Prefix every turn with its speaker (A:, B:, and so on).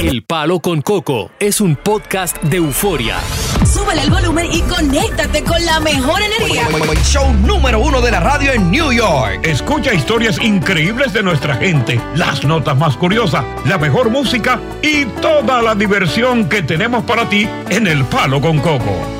A: El Palo con Coco es un podcast de euforia.
B: Súbele el volumen y conéctate con la mejor energía.
C: Show número uno de la radio en New York.
D: Escucha historias increíbles de nuestra gente, las notas más curiosas, la mejor música y toda la diversión que tenemos para ti en El Palo con Coco.